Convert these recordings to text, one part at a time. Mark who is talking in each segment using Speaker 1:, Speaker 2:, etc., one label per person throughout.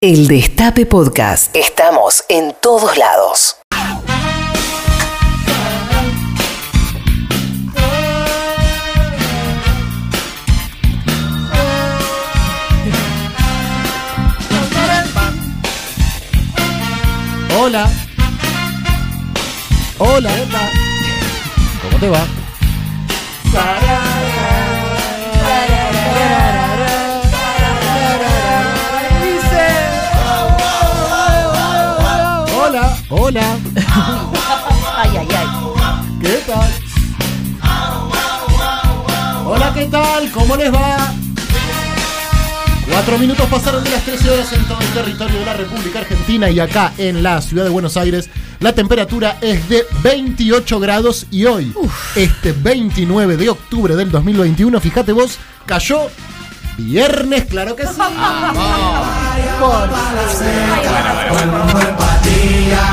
Speaker 1: El Destape Podcast. Estamos en todos lados.
Speaker 2: Hola. Hola. ¿Cómo te va? Hola. Hola.
Speaker 3: Ay, ay, ay.
Speaker 2: ¿Qué tal? Hola, ¿qué tal? ¿Cómo les va? Cuatro minutos pasaron de las 13 horas en todo el territorio de la República Argentina y acá en la ciudad de Buenos Aires la temperatura es de 28 grados y hoy, este 29 de octubre del 2021, fíjate vos, cayó viernes, claro que sí.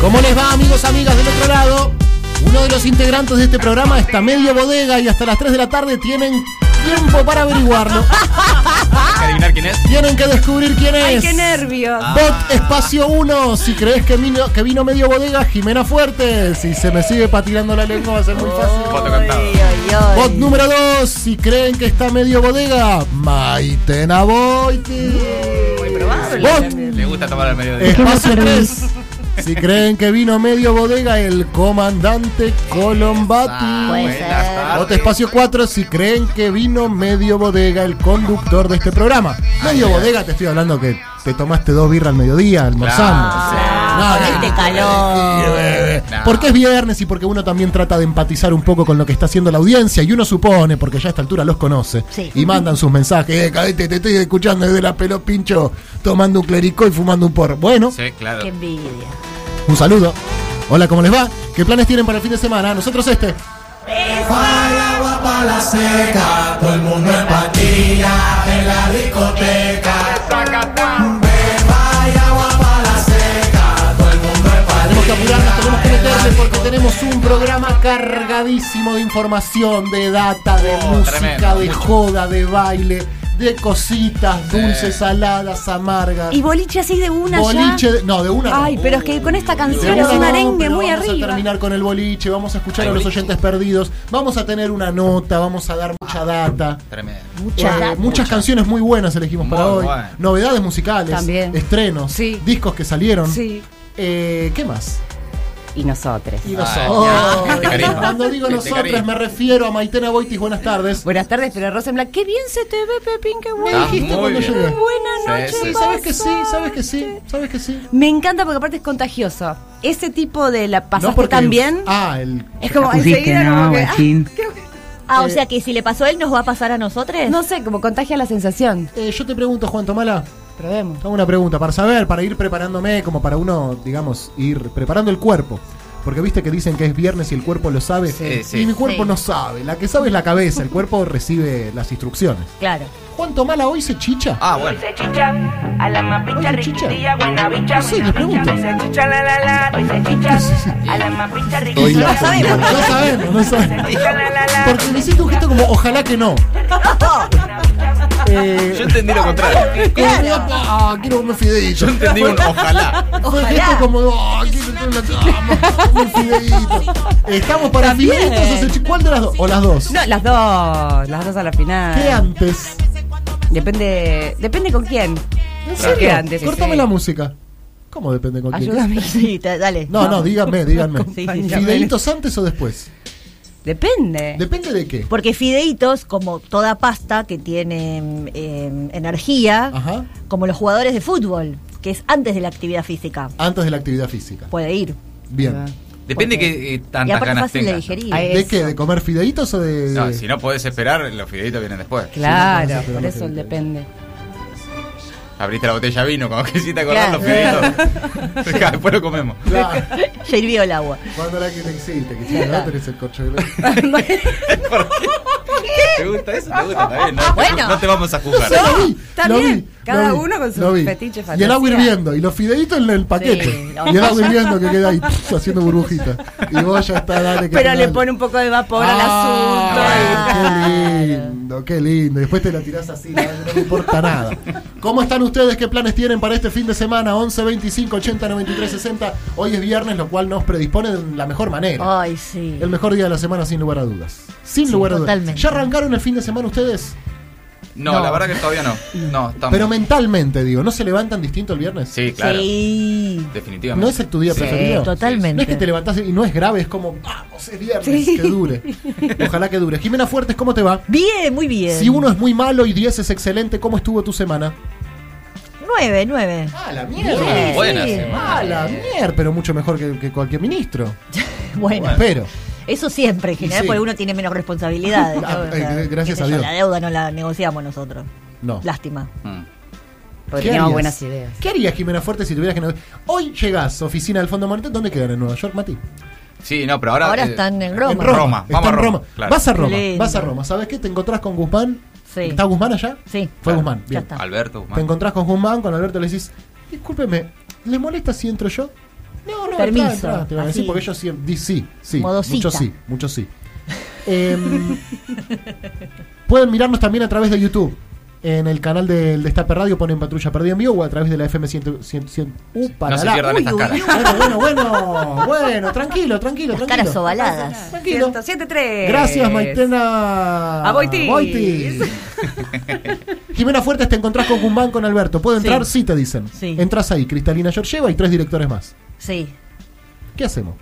Speaker 2: ¿Cómo les va amigos, amigas del otro lado? Uno de los integrantes de este programa está medio bodega y hasta las 3 de la tarde tienen tiempo para averiguarlo.
Speaker 4: adivinar quién es?
Speaker 2: Tienen que descubrir quién es.
Speaker 3: Ay, qué nervios.
Speaker 2: Bot Espacio 1, si crees que vino, que vino medio bodega, Jimena Fuerte. Si se me sigue patinando la lengua va a ser muy fácil.
Speaker 4: Foto cantado.
Speaker 3: Ay, ay, ay.
Speaker 2: Bot número 2, si creen que está medio bodega, Maitena Boiti.
Speaker 3: Muy probable.
Speaker 2: Bot
Speaker 4: Le gusta tomar al mediodía.
Speaker 2: Espacio 3, si creen que vino medio bodega, el comandante Colombati.
Speaker 3: Puede ser.
Speaker 2: Bot Espacio 4, si creen que vino medio bodega, el conductor de este programa. Medio bodega, te estoy hablando que te tomaste dos birras al mediodía almorzando.
Speaker 3: Ah,
Speaker 2: No,
Speaker 3: este
Speaker 2: no.
Speaker 3: calor.
Speaker 2: Porque es viernes y porque uno también trata de empatizar un poco con lo que está haciendo la audiencia y uno supone, porque ya a esta altura los conoce,
Speaker 3: Sí.
Speaker 2: y mandan sus mensajes, eh, cadete, te estoy escuchando desde la pelo pincho, tomando un clericó y fumando un porro. Bueno,
Speaker 4: Sí, claro.
Speaker 3: Qué envidia.
Speaker 2: un saludo. Hola, ¿cómo les va? ¿Qué planes tienen para el fin de semana? Nosotros este.
Speaker 5: agua para la seca, todo el mundo en patilla en la discoteca. Beba agua para la seca, todo el mundo en
Speaker 2: Tenemos que
Speaker 5: patilla.
Speaker 2: apurarnos, tenemos que meterle porque tenemos un programa cargadísimo de información, de data, de
Speaker 4: Oh,
Speaker 2: música,
Speaker 4: tremendo,
Speaker 2: de
Speaker 4: mucho.
Speaker 2: joda, de baile, de cositas dulces, saladas, amargas.
Speaker 3: Y boliche así de una
Speaker 2: Boliche,
Speaker 3: ya.
Speaker 2: de- no, de una. no.
Speaker 3: Ay, pero es que con esta
Speaker 2: De
Speaker 3: canción
Speaker 2: una
Speaker 3: es un
Speaker 2: no,
Speaker 3: arengue
Speaker 2: pero
Speaker 3: muy
Speaker 2: vamos a
Speaker 3: arriba.
Speaker 2: terminar con el boliche, vamos a escuchar
Speaker 4: Hay
Speaker 2: a los
Speaker 4: boliche.
Speaker 2: oyentes perdidos, vamos a tener una nota, vamos a dar mucha data.
Speaker 4: Tremendo.
Speaker 2: Eh,
Speaker 3: Mucha data.
Speaker 2: muchas canciones muy buenas elegimos para
Speaker 4: Muy
Speaker 2: hoy.
Speaker 4: buena.
Speaker 2: Novedades musicales,
Speaker 3: También.
Speaker 2: estrenos,
Speaker 3: Sí.
Speaker 2: discos que salieron.
Speaker 3: Sí.
Speaker 2: Eh, ¿Qué más?
Speaker 3: Y nosotros.
Speaker 2: Y
Speaker 4: Ay,
Speaker 2: nosotros.
Speaker 4: ya, este carisma.
Speaker 2: Cuando digo
Speaker 4: Este
Speaker 2: nosotros,
Speaker 4: carisma.
Speaker 2: me refiero a Maitena Boitis. Buenas tardes.
Speaker 3: Buenas tardes, pero Rosenblatt, qué bien se te ve, Pepín, qué
Speaker 2: Me
Speaker 3: bueno.
Speaker 4: Está
Speaker 2: dijiste
Speaker 4: muy
Speaker 2: cuando
Speaker 4: bien.
Speaker 2: llegué.
Speaker 3: Buenas
Speaker 4: Sí,
Speaker 3: noches,
Speaker 4: sí.
Speaker 2: ¿Sabes que sí? ¿Sabes que
Speaker 3: pasante.
Speaker 2: sí? ¿Sabes que sí?
Speaker 3: Me encanta porque aparte es contagioso. Ese tipo de la pasaste también.
Speaker 2: Ah, el.
Speaker 3: es como
Speaker 6: pusiste,
Speaker 3: enseguida
Speaker 6: no,
Speaker 3: como que, ah,
Speaker 6: guachín.
Speaker 3: qué bueno.
Speaker 7: Ah,
Speaker 2: Eh,
Speaker 7: o sea que si le pasó a él, ¿nos va a pasar a nosotros?
Speaker 3: No sé, como contagia la sensación.
Speaker 2: Eh, yo te pregunto, Juan Tomala.
Speaker 3: Probemos.
Speaker 2: Hago una pregunta para saber, para ir preparándome, como para uno, digamos, ir preparando el cuerpo. Porque viste que dicen que es viernes y el cuerpo lo sabe.
Speaker 4: Sí, sí.
Speaker 2: Y mi cuerpo
Speaker 7: Sí.
Speaker 2: no sabe. La que sabe es la cabeza. El cuerpo recibe las instrucciones.
Speaker 7: Claro.
Speaker 2: ¿Juan Tomala hoy se chicha?
Speaker 4: Ah, bueno.
Speaker 8: Hoy se chichan, a la más bicha,
Speaker 2: Oye, chicha.
Speaker 8: riquitilla, buena bicha,
Speaker 2: No sé,
Speaker 8: buena
Speaker 2: le pregunto.
Speaker 8: bicha, hoy se chichan, la la la, hoy se chichan, a la más bicha, riquitilla,
Speaker 2: No sabemos, no sabemos. no sabemos.
Speaker 8: chicha, la la la,
Speaker 2: Porque me hiciste un gesto como, ojalá que no.
Speaker 4: Yo
Speaker 2: Eh,
Speaker 4: entendí lo contrario.
Speaker 2: como, ah, quiero un
Speaker 4: Yo
Speaker 2: fideíto.
Speaker 4: entendí un ojalá.
Speaker 2: Fue el gesto como, ah, quiero estar en la cama, un fideíto. Estamos para
Speaker 3: También.
Speaker 2: fideitos. o se chi- ¿Cuál de las dos? O las dos.
Speaker 3: No, las dos, las dos a la
Speaker 2: ¿Qué
Speaker 3: final.
Speaker 2: antes?
Speaker 3: Depende, depende con quién.
Speaker 2: ¿En
Speaker 3: Pero
Speaker 2: serio?
Speaker 3: que antes,
Speaker 2: Cortame
Speaker 3: sí.
Speaker 2: la música. ¿Cómo depende con quién?
Speaker 3: Ayúdame.
Speaker 7: Sí, ta- dale.
Speaker 2: No, no, díganme, díganme.
Speaker 3: Sí, sí, sí.
Speaker 2: ¿Fideitos antes o después?
Speaker 3: Depende.
Speaker 2: Depende de qué.
Speaker 7: Porque fideitos, como toda pasta que tiene mm, eh, energía,
Speaker 2: Ajá.
Speaker 7: como los jugadores de fútbol, que es antes de la actividad física,
Speaker 2: Antes de la actividad física.
Speaker 7: puede ir.
Speaker 2: Bien.
Speaker 4: Depende
Speaker 7: Porque-
Speaker 4: que eh,
Speaker 7: Y
Speaker 4: tantas
Speaker 7: aparte es
Speaker 4: ganas
Speaker 7: fácil de
Speaker 4: tengas.
Speaker 7: digerir.
Speaker 3: Ahí
Speaker 2: ¿De
Speaker 3: Eso.
Speaker 2: qué? ¿De comer fideitos o de.?
Speaker 4: No, si no podés esperar, los fideitos vienen después.
Speaker 3: Claro,
Speaker 2: Sí, sí, sí,
Speaker 3: por
Speaker 2: sí,
Speaker 3: eso
Speaker 2: sí,
Speaker 3: el
Speaker 2: sí.
Speaker 3: depende.
Speaker 4: Abriste la botella de vino, como que si te acordás los fideitos. Acá, Después lo comemos.
Speaker 2: Claro.
Speaker 7: Ya hirvió el agua.
Speaker 2: Cuando la que te existe, que si no tenés el corcho de
Speaker 4: ¿Te gusta eso? ¿Te gusta? Está bien, no,
Speaker 7: Bueno.
Speaker 4: no te vamos a juzgar.
Speaker 2: Lo vi,
Speaker 3: está
Speaker 2: lo vi.
Speaker 3: bien. Cada
Speaker 2: Lo vi,
Speaker 3: uno con su
Speaker 2: lo vi.
Speaker 3: fetiche
Speaker 2: Y el agua
Speaker 3: fantasía.
Speaker 2: hirviendo, y los fideitos en el paquete.
Speaker 3: Sí, no.
Speaker 2: Y el agua hirviendo que queda ahí pf, haciendo burbujitas. Y vos ya está, dale que
Speaker 3: Pero
Speaker 2: dale.
Speaker 3: le pone un poco de vapor
Speaker 2: Ah. Ay,
Speaker 3: al asunto.
Speaker 2: Qué lindo, qué lindo. Y Después te la tirás así, no, no me importa nada. ¿Cómo están ustedes? ¿Qué planes tienen para este fin de semana? 11, 25, 80, 93, 60. Hoy es viernes, lo cual nos predispone de la mejor manera.
Speaker 7: Ay, sí.
Speaker 2: El mejor día de la semana, sin lugar a dudas. Sin
Speaker 7: Sí,
Speaker 2: lugar a dudas.
Speaker 7: totalmente.
Speaker 2: ¿Ya arrancaron el fin de semana ustedes?
Speaker 4: No, la verdad que todavía no. No, estamos.
Speaker 2: Pero mentalmente, digo, ¿no se levantan distinto el viernes?
Speaker 4: Sí, claro.
Speaker 7: Sí.
Speaker 4: Definitivamente.
Speaker 2: ¿No es tu día
Speaker 4: Sí,
Speaker 2: preferido?
Speaker 7: totalmente.
Speaker 2: No es que te levantás y no es grave, es como, vamos, es viernes,
Speaker 7: Sí.
Speaker 2: que dure. Ojalá que dure. Jimena Fuertes, ¿cómo te va?
Speaker 7: Bien, muy bien.
Speaker 2: Si uno es muy malo y 10 es excelente, ¿cómo estuvo tu semana?
Speaker 7: Nueve, nueve.
Speaker 2: Mala
Speaker 4: Muy buena semana.
Speaker 2: Mala mierda, pero mucho mejor que, que cualquier ministro.
Speaker 7: Bueno,
Speaker 2: Pero,
Speaker 7: eso siempre, en general,
Speaker 2: Sí.
Speaker 7: porque uno tiene menos responsabilidades. ¿no?
Speaker 2: Ah,
Speaker 7: O sea,
Speaker 2: eh, gracias
Speaker 7: qué sé
Speaker 2: a
Speaker 7: yo,
Speaker 2: Dios.
Speaker 7: La deuda no la negociamos nosotros.
Speaker 2: no.
Speaker 7: Lástima.
Speaker 4: Mm.
Speaker 2: ¿Qué
Speaker 6: Porque teníamos
Speaker 2: harías?
Speaker 6: buenas ideas.
Speaker 2: ¿Qué harías, Jimena Fuertes, si tuvieras que... no- Hoy llegás, oficina del Fondo Monetario, ¿dónde quedan? ¿En Nueva York, Mati?
Speaker 4: Sí, no, pero ahora.
Speaker 7: Ahora
Speaker 4: eh,
Speaker 7: están en
Speaker 2: En
Speaker 7: Roma.
Speaker 2: Roma.
Speaker 4: Roma,
Speaker 2: Está
Speaker 4: vamos a
Speaker 2: en
Speaker 4: Roma, claro.
Speaker 2: Vas a Roma,
Speaker 7: Lindo.
Speaker 2: vas a Roma. ¿Sabes qué? Te encontrás con Guzmán.
Speaker 7: Sí.
Speaker 2: ¿Está Guzmán allá?
Speaker 7: Sí.
Speaker 2: Fue
Speaker 4: Claro.
Speaker 2: Guzmán. Bien.
Speaker 7: Ya está.
Speaker 4: Alberto
Speaker 2: Te
Speaker 4: Guzmán.
Speaker 2: encontrás con Guzmán, con Alberto, le decís, discúlpeme, ¿le molesta si entro yo? No, no,
Speaker 7: Permiso,
Speaker 2: entrá, entrá, te van a decir,
Speaker 7: así.
Speaker 2: porque ellos siempre di- sí, sí,
Speaker 7: Modo
Speaker 2: mucho
Speaker 7: cita.
Speaker 2: sí, mucho sí. Em, pueden mirarnos también a través de YouTube. En el canal del Destape Radio ponen Patrulla Perdida en vivo o a través de la FM 100... 100, 100 uh, para
Speaker 4: No se
Speaker 2: la-
Speaker 4: pierdan
Speaker 2: Uy,
Speaker 4: estas caras.
Speaker 2: Bueno, bueno, bueno, bueno, tranquilo, tranquilo,
Speaker 7: Las
Speaker 2: tranquilo.
Speaker 7: caras ovaladas.
Speaker 2: Tranquilo.
Speaker 3: 107.3.
Speaker 7: Pues.
Speaker 2: Gracias, Maitena.
Speaker 3: A Boitis.
Speaker 2: Jimena Fuertes, te encontrás con Guzmán, con Alberto. ¿Puedo entrar? Sí, te dicen.
Speaker 7: Sí.
Speaker 2: Entras ahí, Cristalina Georgieva y tres directores más.
Speaker 7: Sí.
Speaker 2: ¿Qué hacemos?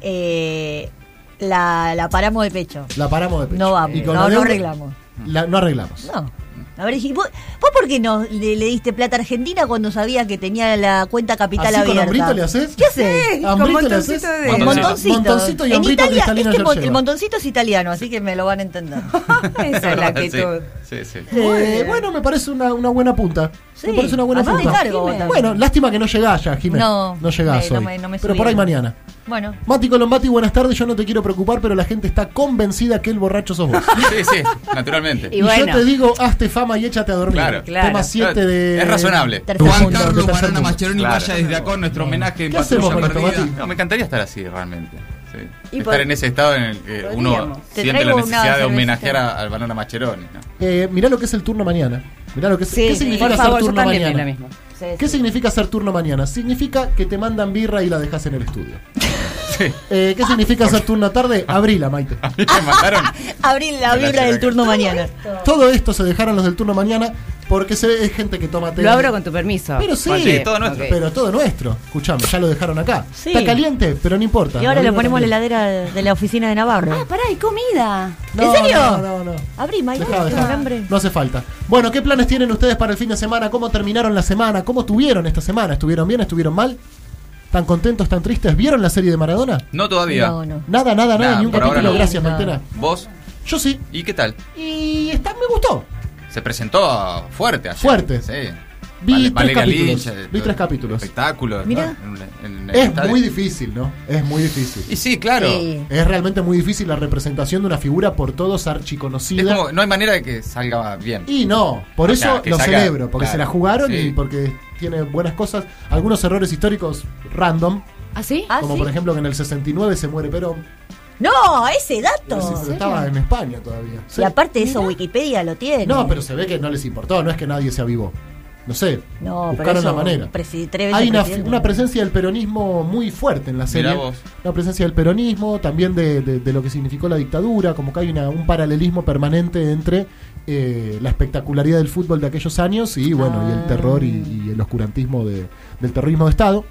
Speaker 7: Eh, la, la paramos de pecho.
Speaker 2: La paramos de pecho.
Speaker 7: No vamos,
Speaker 2: Y con
Speaker 7: no,
Speaker 2: la
Speaker 7: no
Speaker 2: deuda-
Speaker 7: arreglamos.
Speaker 2: la- no arreglamos.
Speaker 7: No. A ver, dije, ¿vos, vos por qué no le, le diste plata a Argentina cuando sabías que tenía la cuenta capital
Speaker 2: ¿Así con
Speaker 7: abierta?
Speaker 2: hombrito le haces?
Speaker 7: ¿Qué haces?
Speaker 3: Sí,
Speaker 2: ¿Hambrito
Speaker 3: con
Speaker 2: le
Speaker 3: montoncito
Speaker 2: haces?
Speaker 3: de...
Speaker 4: Montoncito.
Speaker 7: Montoncito.
Speaker 2: Montoncito y
Speaker 7: en
Speaker 2: hombrito
Speaker 7: Italia,
Speaker 2: Cristalina
Speaker 7: es que mon-
Speaker 2: Georgieva.
Speaker 7: el montoncito es italiano, así que me lo van a entender.
Speaker 3: Esa es la
Speaker 4: Sí,
Speaker 3: actitud.
Speaker 4: Sí, sí.
Speaker 2: Eh, bueno, me parece una, una buena punta.
Speaker 7: Sí,
Speaker 2: me parece una buena
Speaker 7: además de
Speaker 2: punta.
Speaker 7: cargo, vos también.
Speaker 2: bueno, lástima que no llegás ya, Jimena.
Speaker 7: No,
Speaker 2: llegás
Speaker 7: eh, no
Speaker 2: hoy.
Speaker 7: me- no me
Speaker 2: Pero por
Speaker 7: subieron.
Speaker 2: ahí mañana.
Speaker 7: Bueno,
Speaker 2: Mati Colombati, buenas tardes. Yo no te quiero preocupar, pero la gente está convencida que el borracho sos vos.
Speaker 4: Sí, sí, naturalmente.
Speaker 6: Y
Speaker 2: Y,
Speaker 6: bueno.
Speaker 2: yo te digo, hazte fama y échate a dormir.
Speaker 4: Claro.
Speaker 6: Claro.
Speaker 2: Tema 7 de.
Speaker 4: Es razonable.
Speaker 7: Tercer
Speaker 9: Juan
Speaker 7: mundo.
Speaker 9: Carlos
Speaker 2: Tercer
Speaker 9: Banana
Speaker 2: mundo.
Speaker 9: Mascheroni
Speaker 4: Claro.
Speaker 9: vaya desde acá nuestro homenaje en
Speaker 2: ¿Qué hacemos
Speaker 9: Patrulla
Speaker 2: con esto,
Speaker 9: Perdida.
Speaker 2: Mati?
Speaker 4: No, me encantaría estar así, realmente. sí.
Speaker 3: Y
Speaker 4: estar
Speaker 3: pod-
Speaker 4: en ese estado en el que uno
Speaker 3: Podríamos.
Speaker 7: Te
Speaker 4: siente la
Speaker 7: traigo una
Speaker 4: necesidad de
Speaker 7: cervecita.
Speaker 4: homenajear a- al Banana Macheroni. ¿no?
Speaker 2: Eh, mirá lo que es el turno mañana. Mirá lo que es.
Speaker 6: Sí,
Speaker 2: ¿Qué
Speaker 6: sí,
Speaker 2: significa
Speaker 6: por
Speaker 2: hacer
Speaker 6: favor, yo
Speaker 2: turno
Speaker 6: también
Speaker 2: mañana?
Speaker 6: es lo mismo.
Speaker 7: sí,
Speaker 2: ¿Qué
Speaker 7: sí.
Speaker 2: significa hacer turno mañana? Significa que te mandan birra y la dejas en el estudio. Eh,
Speaker 6: Ah.
Speaker 2: ¿Qué significa hacer turno tarde?
Speaker 4: Ah.
Speaker 2: Abrila, Maite.
Speaker 4: A mí me mandaron.
Speaker 7: Abril la
Speaker 4: Me la
Speaker 7: vibra
Speaker 4: llevo
Speaker 7: del
Speaker 4: acá.
Speaker 7: turno mañana.
Speaker 2: Todo esto se dejaron los del turno mañana porque se, es gente que toma té.
Speaker 6: Lo abro con tu permiso.
Speaker 2: Pero sí,
Speaker 4: Bueno, sí, todo nuestro.
Speaker 6: ok.
Speaker 2: Pero todo nuestro. Escuchame, ya lo dejaron acá.
Speaker 7: Sí.
Speaker 2: Está caliente, pero no importa.
Speaker 7: Y ahora
Speaker 2: Abrilo
Speaker 7: lo ponemos en
Speaker 2: también.
Speaker 7: la heladera de la oficina de Navarro.
Speaker 6: Pará, hay comida.
Speaker 2: No,
Speaker 7: ¿En serio?
Speaker 2: No, no, no.
Speaker 4: Ah,
Speaker 7: Abrí, Mike.
Speaker 2: Dejá, dejá.
Speaker 7: hambre.
Speaker 2: No hace falta. Bueno, ¿qué planes tienen ustedes para el fin de semana? ¿Cómo terminaron la semana? ¿Cómo tuvieron esta semana? ¿Estuvieron bien? ¿Estuvieron mal? ¿Tan contentos? ¿Tan tristes? ¿Vieron la serie de Maradona?
Speaker 4: No todavía.
Speaker 7: No, no.
Speaker 2: Nada, nada, nada.
Speaker 4: Nah,
Speaker 2: ni un
Speaker 4: por ahora
Speaker 2: capítulo.
Speaker 4: no.
Speaker 2: Gracias,
Speaker 7: No.
Speaker 2: Maitena.
Speaker 4: ¿Vos?
Speaker 2: Yo sí.
Speaker 4: ¿Y qué tal?
Speaker 2: Y está, me gustó.
Speaker 4: Se presentó fuerte ayer.
Speaker 2: Fuerte.
Speaker 4: Sí.
Speaker 2: Vi
Speaker 4: Vale-
Speaker 2: tres
Speaker 4: Valeria
Speaker 2: capítulos,
Speaker 4: Lynch, eh,
Speaker 2: vi tres capítulos.
Speaker 4: Espectáculos. ¿no?
Speaker 7: Mirá.
Speaker 4: En un- en el
Speaker 2: Es
Speaker 4: estadio.
Speaker 2: muy difícil, ¿no? Es muy difícil.
Speaker 4: Y sí, claro.
Speaker 7: Sí.
Speaker 2: Es realmente muy difícil la representación de una figura por todos
Speaker 4: Es
Speaker 2: archiconocida.
Speaker 4: como, no hay manera de que salga bien.
Speaker 2: Y no, por
Speaker 4: O
Speaker 2: eso
Speaker 4: sea, que
Speaker 2: lo
Speaker 4: saca-
Speaker 2: celebro, porque
Speaker 4: claro,
Speaker 2: se la jugaron
Speaker 4: sí.
Speaker 2: y porque tiene buenas cosas. Algunos errores históricos random,
Speaker 6: ¿Ah, sí?
Speaker 7: Ah,
Speaker 2: como
Speaker 7: ¿sí?
Speaker 2: por ejemplo que en el 69 se muere Perón.
Speaker 7: No,
Speaker 2: Pero
Speaker 7: ese
Speaker 2: sí,
Speaker 7: dato.
Speaker 2: pero estaba en España todavía. Sí.
Speaker 7: Y aparte de eso, Wikipedia lo tiene.
Speaker 2: No, pero se ve que no les importó, no es que nadie se avivó. No sé,
Speaker 7: No, pero
Speaker 2: buscaron
Speaker 7: eso,
Speaker 2: la manera.
Speaker 7: presi- tres veces
Speaker 2: Hay una,
Speaker 7: presidente.
Speaker 2: una presencia del peronismo muy fuerte en la serie.
Speaker 4: vos.
Speaker 2: Una presencia del peronismo, también de, de- de lo que significó la dictadura, como que hay una- un paralelismo permanente entre eh, la espectacularidad del fútbol de aquellos años y bueno, y el
Speaker 7: Ah.
Speaker 2: terror y, y el oscurantismo de- del terrorismo de Estado.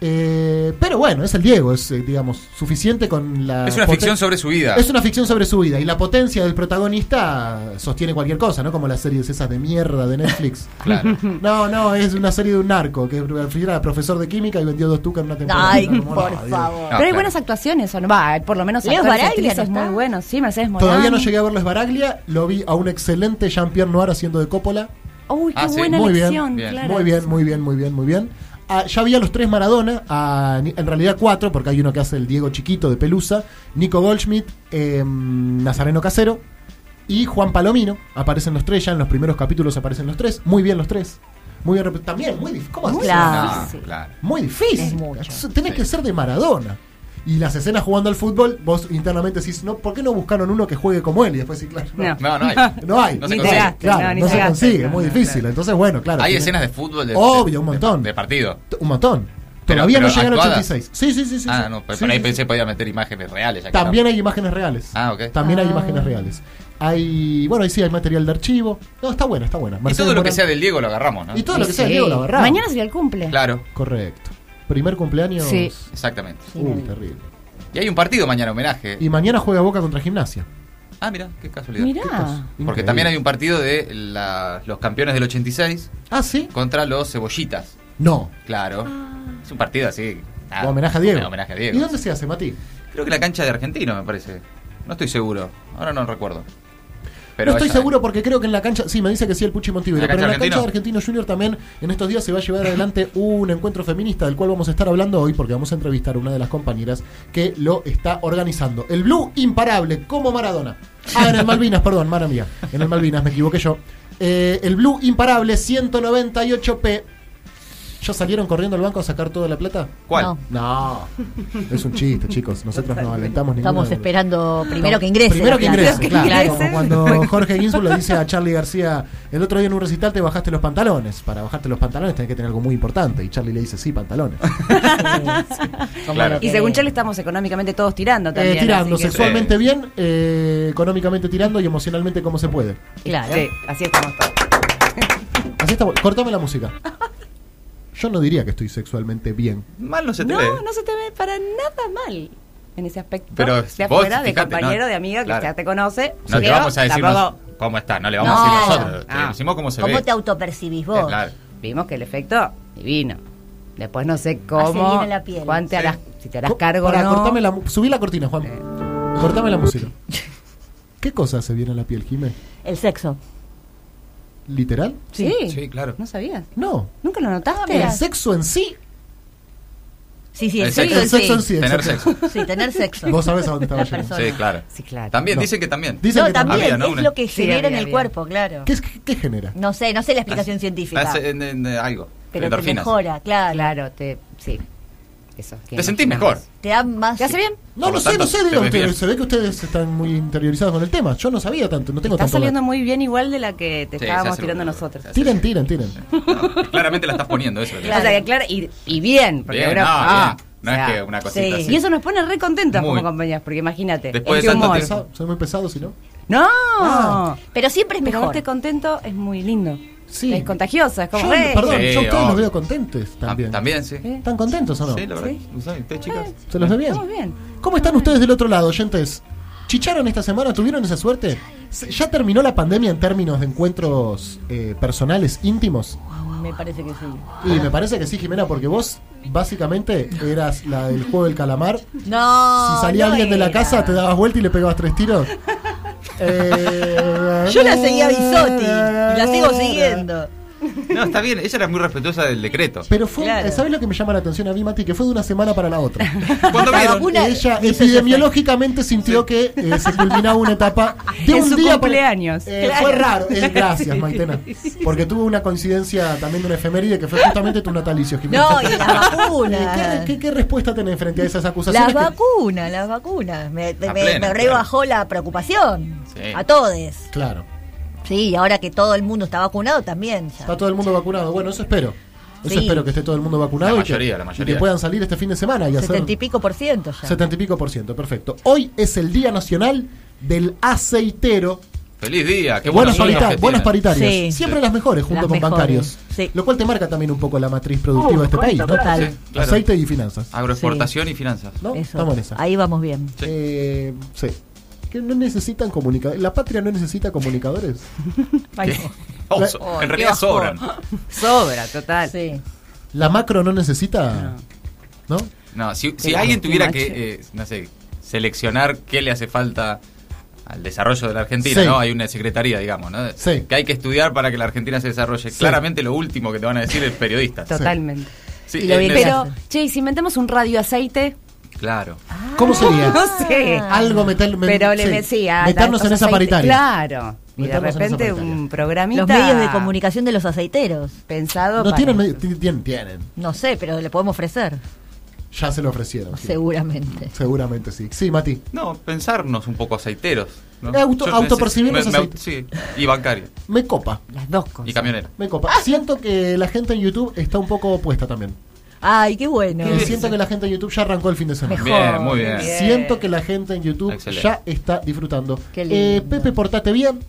Speaker 2: Eh, pero bueno, es el Diego, es eh, digamos suficiente con la...
Speaker 4: Es una
Speaker 2: poten-
Speaker 4: ficción sobre su vida.
Speaker 2: es una ficción sobre su vida y la potencia del protagonista sostiene cualquier cosa, ¿no? Como las series esas de mierda de Netflix.
Speaker 4: Claro.
Speaker 2: No, no, es una serie de un narco que era profesor de química y vendió dos tucas en una temporada.
Speaker 7: Ay,
Speaker 2: No, como,
Speaker 7: por
Speaker 2: no, Dios.
Speaker 7: favor.
Speaker 4: No,
Speaker 6: Pero hay
Speaker 4: claro.
Speaker 6: buenas actuaciones, ¿o no? Va, por lo menos
Speaker 7: Leo
Speaker 6: actores y
Speaker 7: Baraglia, ¿no
Speaker 6: actrices
Speaker 7: está?
Speaker 6: muy buenos. Sí, Mercedes Morán.
Speaker 2: Todavía no llegué a verlo es Baraglia, lo vi a un excelente Jean-Pierre Noir haciendo de Coppola.
Speaker 6: Uy, qué
Speaker 4: Ah, sí.
Speaker 6: buena
Speaker 2: Muy bien,
Speaker 6: elección,
Speaker 4: bien.
Speaker 6: claro.
Speaker 2: Muy bien, muy bien, muy bien, muy bien. Ah, ya vi a los tres Maradona, a- en realidad cuatro, porque hay uno que hace el Diego Chiquito de Pelusa, Nico Goldschmidt, eh, Nazareno em, Casero y Juan Palomino. Aparecen los tres, ya en los primeros capítulos aparecen los tres. Muy bien los tres. Muy bien, rep- también, muy difícil. ¿Cómo haces?
Speaker 7: Claro.
Speaker 4: No,
Speaker 7: sí.
Speaker 4: claro.
Speaker 2: Muy difícil.
Speaker 7: Es mucho.
Speaker 2: Eso Tenés
Speaker 4: Sí.
Speaker 2: que ser de Maradona. Y las escenas jugando al fútbol, vos internamente decís, no, ¿por qué no buscaron uno que juegue como él? Y después sí, claro.
Speaker 6: No.
Speaker 4: No, no hay.
Speaker 2: No hay.
Speaker 4: No se
Speaker 6: Ni
Speaker 4: consigue.
Speaker 6: cagaste,
Speaker 2: Claro,
Speaker 6: no, ni
Speaker 2: no se
Speaker 6: cagaste.
Speaker 2: consigue,
Speaker 6: No,
Speaker 2: muy
Speaker 6: no,
Speaker 2: difícil. Entonces, bueno, claro.
Speaker 4: Hay
Speaker 2: tiene-
Speaker 4: escenas de fútbol. De,
Speaker 2: Obvio, un
Speaker 4: de-
Speaker 2: montón.
Speaker 4: De, partido.
Speaker 2: Un montón.
Speaker 4: Pero-
Speaker 2: Todavía
Speaker 4: pero
Speaker 2: no llegan al
Speaker 4: actuadas.
Speaker 2: 86. Sí, sí, sí. sí
Speaker 4: Ah,
Speaker 2: sí.
Speaker 4: no, pero
Speaker 2: Sí,
Speaker 4: por ahí
Speaker 2: sí,
Speaker 4: pensé que podía meter imágenes reales. ya que
Speaker 2: También hay imágenes reales.
Speaker 4: Ah, ok.
Speaker 2: También hay imágenes reales. Hay, bueno, ahí sí hay material de archivo. No, está buena, está buena.
Speaker 4: estamos. Y
Speaker 2: Mercedes
Speaker 4: todo lo que
Speaker 2: Morán-
Speaker 4: sea del Diego lo agarramos, ¿no?
Speaker 2: Y todo lo que sea
Speaker 6: Sí.
Speaker 2: de Diego la barra.
Speaker 6: Mañana sería el cumple.
Speaker 4: Claro,
Speaker 2: Correcto. Primer cumpleaños.
Speaker 6: Sí.
Speaker 4: exactamente.
Speaker 2: Uy, terrible.
Speaker 4: Y hay un partido mañana, homenaje.
Speaker 2: Y mañana juega Boca contra Gimnasia.
Speaker 4: Ah, mira, qué casualidad.
Speaker 6: Mirá.
Speaker 4: Pues, Porque
Speaker 2: Increíble.
Speaker 4: también hay un partido de la- los campeones del 86
Speaker 2: Ah, sí.
Speaker 4: contra los cebollitas.
Speaker 2: No.
Speaker 4: Claro. Es un partido así. nada,
Speaker 2: homenaje a Diego.
Speaker 4: un homenaje a
Speaker 2: ¿Y
Speaker 4: Diego.
Speaker 2: dónde se hace, Mati?
Speaker 4: Creo que la cancha de Argentino, me parece. No estoy seguro. Ahora no recuerdo.
Speaker 2: no estoy
Speaker 4: esa-
Speaker 2: seguro porque creo que en la cancha. Sí, me dice que sí el Puchi Montivero.
Speaker 4: eh. ¿En la
Speaker 2: Pero en la
Speaker 4: cancha de
Speaker 2: cancha de Argentino Junior también en estos días se va a llevar adelante un encuentro feminista del cual vamos a estar hablando hoy porque vamos a entrevistar a una de las compañeras que lo está organizando. El Blue Imparable, como Maradona. Ah, en el Malvinas, perdón, mala mía. En el Malvinas, me equivoqué yo. Eh, el Blue Imparable 198p. ¿Ya salieron corriendo al banco a sacar toda la plata?
Speaker 4: ¿Cuál?
Speaker 7: No.
Speaker 2: No. Es un chiste, chicos. Nosotros no alentamos ninguna
Speaker 7: Estamos
Speaker 2: de-
Speaker 7: esperando primero que ingrese.
Speaker 2: Primero
Speaker 7: la
Speaker 2: que
Speaker 7: plata.
Speaker 2: ingrese, claro.
Speaker 7: Claro.
Speaker 2: Como cuando Jorge Ginsburg le dice a Charlie García, el otro día en un recital te bajaste los pantalones. Para bajarte los pantalones tenés que tener algo muy importante. Y Charlie le dice, sí, pantalones.
Speaker 4: Claro.
Speaker 6: Y según Charlie estamos económicamente todos tirando
Speaker 2: Eh,
Speaker 6: también.
Speaker 2: tirando,
Speaker 6: así que-
Speaker 2: sexualmente bien, eh, económicamente tirando y emocionalmente como se puede.
Speaker 7: Claro.
Speaker 6: Sí, así estamos todos.
Speaker 2: Así está, cortame la música. Yo no diría que estoy sexualmente bien.
Speaker 4: Mal no se te
Speaker 6: No,
Speaker 4: ve.
Speaker 6: no se te ve para nada mal en ese aspecto.
Speaker 4: Pero
Speaker 6: de
Speaker 4: vos,
Speaker 6: afuera, de
Speaker 4: fíjate,
Speaker 6: compañero,
Speaker 4: no,
Speaker 6: de amigo
Speaker 4: claro.
Speaker 6: que ya te conoce.
Speaker 4: No te
Speaker 6: pero
Speaker 4: vamos a decir
Speaker 6: tampoco
Speaker 4: nos- cómo está, no le vamos a
Speaker 7: No.
Speaker 4: decir nosotros. Te
Speaker 6: Ah.
Speaker 4: decimos cómo se
Speaker 7: ¿Cómo
Speaker 4: ve.
Speaker 7: te autopercibís vos?
Speaker 4: Claro.
Speaker 6: Vimos que el efecto divino. Después no sé cómo.
Speaker 7: bien en la piel.
Speaker 6: cuán te
Speaker 4: Sí.
Speaker 6: harás- si te harás
Speaker 2: Co-
Speaker 6: cargo o
Speaker 2: pará,
Speaker 6: no. Eh.
Speaker 2: cortame la mu- Subí la cortina, Juan. Cortame la música. ¿Qué cosa se viene a la piel, Jimé?
Speaker 7: El sexo.
Speaker 2: ¿Literal?
Speaker 6: Sí.
Speaker 4: Sí, claro.
Speaker 6: No sabías.
Speaker 2: No.
Speaker 6: Nunca lo notaste.
Speaker 2: El sexo en sí.
Speaker 7: Sí, sí, el,
Speaker 4: El
Speaker 7: sexo,
Speaker 2: sexo- el
Speaker 7: en sí.
Speaker 2: Sí,
Speaker 4: Tener
Speaker 2: exacto.
Speaker 4: sexo.
Speaker 7: Sí, tener sexo.
Speaker 2: Vos sabés a dónde estaba
Speaker 7: La
Speaker 2: yendo.
Speaker 7: persona.
Speaker 4: Sí, claro.
Speaker 6: Sí, claro.
Speaker 4: También,
Speaker 2: No.
Speaker 4: dicen que también.
Speaker 2: Dicen
Speaker 7: No,
Speaker 2: que
Speaker 7: también
Speaker 4: Había, ¿no?
Speaker 7: es
Speaker 4: Una-
Speaker 7: lo que
Speaker 6: Sí,
Speaker 7: genera
Speaker 6: había,
Speaker 7: en el
Speaker 6: había.
Speaker 7: cuerpo, claro.
Speaker 2: ¿Qué, es- qué genera?
Speaker 7: No sé, no sé la explicación científica.
Speaker 4: Estás en, en- en algo.
Speaker 7: pero te
Speaker 4: eh, Endorfinas.
Speaker 7: mejora, claro.
Speaker 6: Claro, te. Sí. Eso. que
Speaker 4: Te sentís
Speaker 6: imaginamos.
Speaker 4: mejor.
Speaker 7: Te da más.
Speaker 6: ¿Te hace bien?
Speaker 2: No,
Speaker 4: Por
Speaker 2: no
Speaker 4: lo
Speaker 2: sé,
Speaker 4: tanto,
Speaker 2: no sé,
Speaker 4: te
Speaker 2: digan
Speaker 4: ves bien.
Speaker 2: ustedes. Se ve que ustedes están muy interiorizados con el tema. Yo no sabía tanto, no tengo
Speaker 6: Está
Speaker 2: tanto.
Speaker 6: saliendo muy bien, igual de la que te
Speaker 4: Sí, se
Speaker 6: estábamos
Speaker 4: hace
Speaker 6: tirando
Speaker 4: lo-
Speaker 6: nosotros.
Speaker 4: se hace-
Speaker 2: Tiren, tiren, tiren.
Speaker 4: No, claramente la estás poniendo, eso. es lo que-
Speaker 6: O sea, que claro, y, y bien. Porque
Speaker 4: Bien,
Speaker 6: uno-
Speaker 4: no,
Speaker 6: ah,
Speaker 4: bien. No
Speaker 6: o sea,
Speaker 4: es que una cosita
Speaker 7: sí.
Speaker 4: así.
Speaker 6: Y eso nos pone re contentos
Speaker 4: Muy.
Speaker 6: como compañías, porque imagínate.
Speaker 4: Después
Speaker 6: el
Speaker 4: de tanto
Speaker 6: humor.
Speaker 4: tiempo.
Speaker 2: Pesado, soy muy pesado, si no.
Speaker 6: No.
Speaker 2: Ah.
Speaker 7: Pero siempre es
Speaker 6: Pero cuando
Speaker 7: mejor.
Speaker 6: estés contento es muy lindo.
Speaker 2: Sí.
Speaker 6: Es contagioso, es como
Speaker 2: Yo,
Speaker 6: re.
Speaker 2: perdón,
Speaker 4: Sí,
Speaker 2: yo a ustedes los
Speaker 4: obvio.
Speaker 2: veo contentes
Speaker 4: Ah,
Speaker 2: también.
Speaker 4: También, sí.
Speaker 6: ¿Eh?
Speaker 2: ¿Están contentos o no? ¿Eh?
Speaker 4: Sí, la verdad. ¿No saben ustedes, chicas?
Speaker 2: ¿Se los ve bien?
Speaker 6: Estamos bien.
Speaker 2: ¿Cómo están ustedes del otro lado, oyentes? ¿Chicharon esta semana? ¿Tuvieron esa suerte? ¿Se- ¿Ya terminó la pandemia en términos de encuentros eh, personales, íntimos?
Speaker 7: Me parece que sí.
Speaker 2: Y me parece que sí, Jimena, porque vos básicamente eras la del juego del calamar
Speaker 7: No.
Speaker 2: Si salía
Speaker 7: no
Speaker 2: alguien de la
Speaker 7: era.
Speaker 2: casa, te dabas vuelta y le pegabas tres tiros. Eh,
Speaker 7: Yo la seguía a Bisotti. y la sigo siguiendo.
Speaker 4: No, está bien. Ella era muy respetuosa del decreto.
Speaker 2: Pero fue,
Speaker 7: Claro.
Speaker 2: ¿sabes lo que me llama la atención a mí, Mati? Que fue de una semana para la otra.
Speaker 4: Cuando
Speaker 7: La
Speaker 4: vieron,
Speaker 7: vacuna- Una-
Speaker 2: Ella
Speaker 7: hizo ese
Speaker 2: epidemiológicamente sintió que eh, se culminaba una etapa de
Speaker 6: En
Speaker 2: un
Speaker 6: su
Speaker 2: día. para-
Speaker 6: cumpleaños.
Speaker 2: Eh,
Speaker 6: Claro.
Speaker 2: Fue raro. Eh, gracias,
Speaker 6: Sí.
Speaker 2: Maitena. Porque tuvo una coincidencia también de una efeméride que fue justamente tu natalicio, Jimena.
Speaker 7: No, y las vacunas.
Speaker 2: ¿Qué, qué, qué respuesta tenés frente a esas acusaciones?
Speaker 7: Las
Speaker 2: que-
Speaker 7: vacunas, las vacunas. Me, me-
Speaker 4: A pleno,
Speaker 7: me rebajó la preocupación.
Speaker 4: Sí.
Speaker 7: A todos.
Speaker 2: Claro.
Speaker 7: Sí, ahora que todo el mundo está vacunado también. ya.
Speaker 2: Está todo el mundo vacunado. Bueno, eso espero. Eso
Speaker 7: Sí.
Speaker 2: espero que esté todo el mundo vacunado
Speaker 4: La
Speaker 2: y que-
Speaker 4: mayoría, la
Speaker 2: y que,
Speaker 4: mayoría.
Speaker 2: puedan salir este fin de semana y hacer
Speaker 7: 70 y pico por ciento ya.
Speaker 2: 70 y pico por ciento. Perfecto. Hoy es el Día Nacional del Aceitero.
Speaker 4: feliz día. Qué
Speaker 2: buenas,
Speaker 4: buenos amigos
Speaker 2: parita-
Speaker 4: que
Speaker 2: buenas
Speaker 4: tienen.
Speaker 2: paritarias.
Speaker 7: Sí.
Speaker 2: Siempre las mejores junto
Speaker 7: Las
Speaker 2: con
Speaker 7: mejores,
Speaker 2: bancarios.
Speaker 7: sí.
Speaker 2: Lo cual te marca también un poco la matriz productiva de este país, ¿no?
Speaker 7: total.
Speaker 4: Sí, claro.
Speaker 2: Aceite y finanzas.
Speaker 4: Agroexportación y finanzas.
Speaker 2: ¿no?
Speaker 7: Eso.
Speaker 2: Estamos en esa.
Speaker 7: Ahí vamos bien.
Speaker 4: Sí.
Speaker 2: Eh, sí. Que no necesitan comunicadores. La patria no necesita comunicadores.
Speaker 4: Oh, so-
Speaker 7: Oh,
Speaker 4: en realidad
Speaker 7: qué
Speaker 4: sobran.
Speaker 6: Sobra, total.
Speaker 7: Sí.
Speaker 2: La macro no necesita. ¿No?
Speaker 4: No, si, si
Speaker 6: Sí,
Speaker 4: alguien
Speaker 6: sí,
Speaker 4: tuviera
Speaker 6: macho.
Speaker 4: que, eh, no sé, seleccionar qué le hace falta al desarrollo de la Argentina,
Speaker 2: Sí.
Speaker 4: ¿no? Hay una secretaría, digamos, ¿no?
Speaker 2: Sí.
Speaker 4: Que hay que estudiar para que la Argentina se desarrolle.
Speaker 2: Sí.
Speaker 4: Claramente lo último que te van a decir es periodistas.
Speaker 6: Totalmente.
Speaker 4: Sí,
Speaker 7: Y lo
Speaker 4: eh,
Speaker 7: bien que
Speaker 4: neces-
Speaker 6: Pero, che, ¿y si inventamos un radio aceite,
Speaker 4: Claro.
Speaker 7: Ah.
Speaker 2: ¿Cómo sería?
Speaker 6: No sé.
Speaker 2: Algo meter, met-
Speaker 6: Pero le
Speaker 2: Ah. sí,
Speaker 6: decía.
Speaker 2: meternos en esa paritaria.
Speaker 6: Claro. Y de
Speaker 2: Meternos en esa
Speaker 6: repente
Speaker 2: paritaria.
Speaker 6: un programita.
Speaker 7: Los medios de comunicación de los aceiteros.
Speaker 6: Pensado
Speaker 2: No
Speaker 6: para
Speaker 2: tienen,
Speaker 6: esto.
Speaker 2: medio- ti- tienen, tienen.
Speaker 7: No sé, pero le podemos ofrecer.
Speaker 2: Ya se lo ofrecieron. sí.
Speaker 7: Seguramente.
Speaker 2: Seguramente sí. Sí, Mati.
Speaker 4: No, pensarnos un poco aceiteros. ¿no?
Speaker 2: Eh, auto-
Speaker 4: Yo
Speaker 2: autopercibirnos
Speaker 4: me- me-
Speaker 2: aceite-
Speaker 4: Sí, y bancario.
Speaker 2: Me copa.
Speaker 6: Las dos cosas.
Speaker 4: Y camionero.
Speaker 2: Me copa. Siento que la gente en YouTube está un poco opuesta también.
Speaker 7: Ay, qué bueno.
Speaker 2: Eh, Siento que la gente en YouTube ya arrancó el fin de semana.
Speaker 4: Bien, muy bien.
Speaker 6: bien.
Speaker 2: Siento que la gente en YouTube
Speaker 4: Excelente.
Speaker 2: ya está disfrutando.
Speaker 6: Qué
Speaker 2: Eh,
Speaker 6: lindo.
Speaker 2: Pepe, portate bien.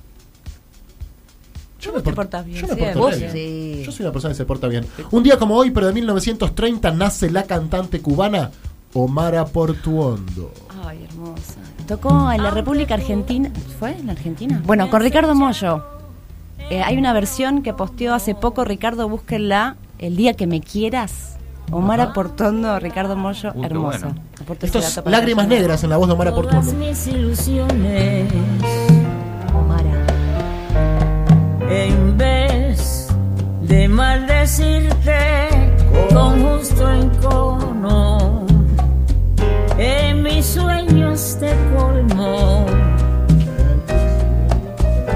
Speaker 2: Yo me,
Speaker 7: te
Speaker 2: por-
Speaker 7: portás bien
Speaker 2: yo me
Speaker 7: siempre.
Speaker 2: porto re
Speaker 7: Vos
Speaker 2: bien.
Speaker 7: sí.
Speaker 2: Yo soy una persona que se porta bien. Un día como hoy, pero de 1930, nace la cantante cubana Omara Portuondo.
Speaker 6: Ay, hermosa. Tocó en la República Argentina. ¿Fue en la Argentina? Ah, Bueno, con Ricardo Mollo. Eh, hay una versión que posteó hace poco, Ricardo, búsquenla, El día que me quieras. Omar Portondo, Ricardo Mollo,
Speaker 4: Uy, qué
Speaker 6: hermosa.
Speaker 4: bueno.
Speaker 6: Aporto
Speaker 2: Esto
Speaker 6: ese
Speaker 2: es
Speaker 6: dato para
Speaker 2: Lágrimas
Speaker 6: nosotros.
Speaker 2: Negras en la voz de Omara Portuondo.
Speaker 9: mis ilusiones
Speaker 7: Mara.
Speaker 9: en vez de maldecirte con justo encono en mis sueños te colmo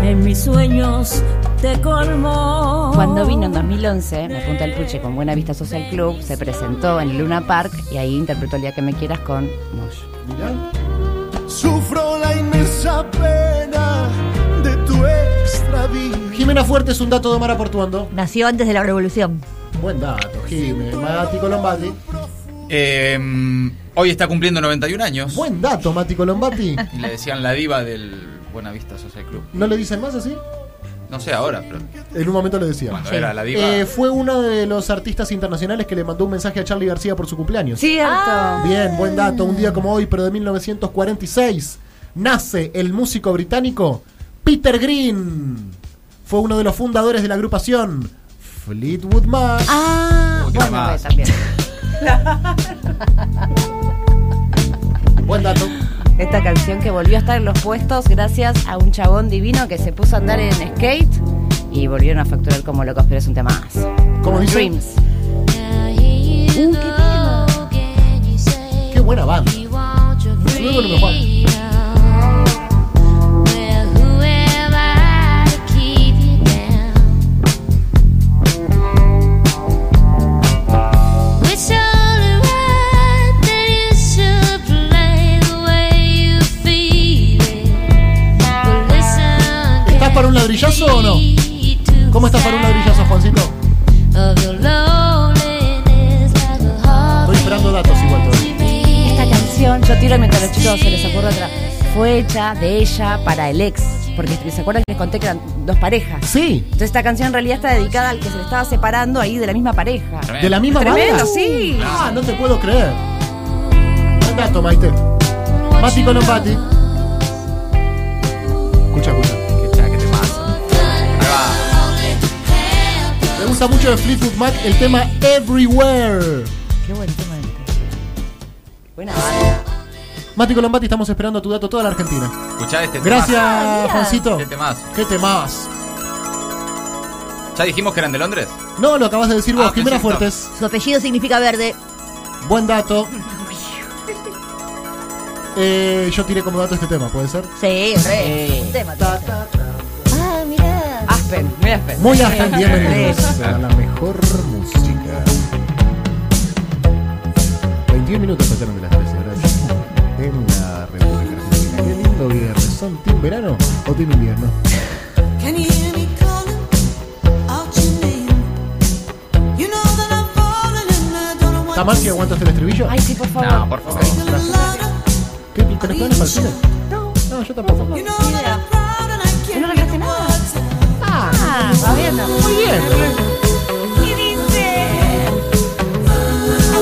Speaker 9: en mis sueños te colmo
Speaker 6: Cuando vino en 2011, me apunta el Puche con Buena Vista Social Club, se presentó en el Luna Park y ahí interpretó El día que me quieras con Mollo.
Speaker 2: Mirá.
Speaker 5: Sufro la inmensa pena de tu extravío.
Speaker 2: Jimena Fuerte es un dato de Omara Portuondo.
Speaker 7: Nació antes de la revolución.
Speaker 2: Buen dato, Jimena. Mati Colombati.
Speaker 4: Eh, hoy está cumpliendo 91 años.
Speaker 2: Buen dato, Mati Colombati.
Speaker 4: Y le decían la diva del Buenavista Social Club.
Speaker 2: ¿No le dicen más así?
Speaker 4: No sé ahora, pero
Speaker 2: En un momento le decían.
Speaker 4: cuando era la diva.
Speaker 2: Eh, fue uno de los artistas internacionales que le mandó un mensaje a Charlie García por su cumpleaños.
Speaker 6: Cierto.
Speaker 7: Ah.
Speaker 2: Bien, buen dato. Un día como hoy, pero de 1946, nace el músico británico Peter Green. Fue uno de los fundadores de la agrupación Fleetwood Mac.
Speaker 6: Ah,
Speaker 4: Uy, qué
Speaker 6: bueno,
Speaker 4: más.
Speaker 6: eh, también.
Speaker 2: Buen dato.
Speaker 6: Esta canción que volvió a estar en los puestos gracias a un chabón divino que se puso a andar en skate y volvieron a facturar como locos, pero es un tema más.
Speaker 2: ¿Cómo dice?
Speaker 6: Dreams.
Speaker 2: Qué buena banda. Luego lo mejor. ¿Estás para un ladrillazo o no? ¿Cómo estás para un ladrillazo, Juancito? Estoy esperando datos igual todavía.
Speaker 6: Esta canción, yo tiro mientras los chicos se les ocurre otra, fue hecha de ella para el ex. Porque se acuerdan que les conté que eran dos parejas.
Speaker 2: Sí,
Speaker 6: Entonces esta canción en realidad está dedicada al que se le estaba separando ahí de la misma pareja.
Speaker 2: de la misma
Speaker 6: Tremendo,
Speaker 2: banda.
Speaker 6: sí.
Speaker 2: Ah, no te puedo creer. Buen dato, Maite. Mati Colombati. Escucha, escucha.
Speaker 4: Qué cha- qué temazo. Ahí
Speaker 2: Me gusta mucho de Fleetwood Mac el tema Everywhere.
Speaker 7: Qué buen tema este.
Speaker 6: Buena banda.
Speaker 2: Mati Colombati, estamos esperando tu dato toda la Argentina.
Speaker 4: va. Escuchá este temazo.
Speaker 2: Gracias, Juancito.
Speaker 4: Este temazo.
Speaker 2: ¿Qué temas?
Speaker 4: ¿Ya dijimos que eran de Londres?
Speaker 2: No, lo acabas de decir vos,
Speaker 4: Ah,
Speaker 2: Jimena
Speaker 4: perfecto.
Speaker 2: Fuertes.
Speaker 7: Su apellido significa verde.
Speaker 2: Buen dato. Eh, yo tiré como dato este tema, ¿puede ser?
Speaker 7: Sí, re. Un tema. Ah, mirá.
Speaker 6: Aspen, muy Aspen.
Speaker 2: Muy bien, bienvenidos a la mejor música. 21 minutos pasaron de las 13, gracias. En la República Argentina. Qué lindo viernes. ¿Son team verano o team invierno?
Speaker 10: Can you hear me calling out your name? You know that I'm falling and I don't know
Speaker 2: ¿Está
Speaker 10: what
Speaker 2: mal si aguantas el estribillo?
Speaker 6: Ay, sí, por favor.
Speaker 4: No, por favor.
Speaker 10: to louder.
Speaker 2: ¿Qué, ¿Tenés planes para el cine? No, no, yo tampoco.
Speaker 10: You know that I'm proud and I
Speaker 6: no
Speaker 10: can't
Speaker 6: lograste
Speaker 10: get
Speaker 6: nada.
Speaker 10: words.
Speaker 6: Ah, todavía no.
Speaker 2: Muy bien.
Speaker 10: It is there. I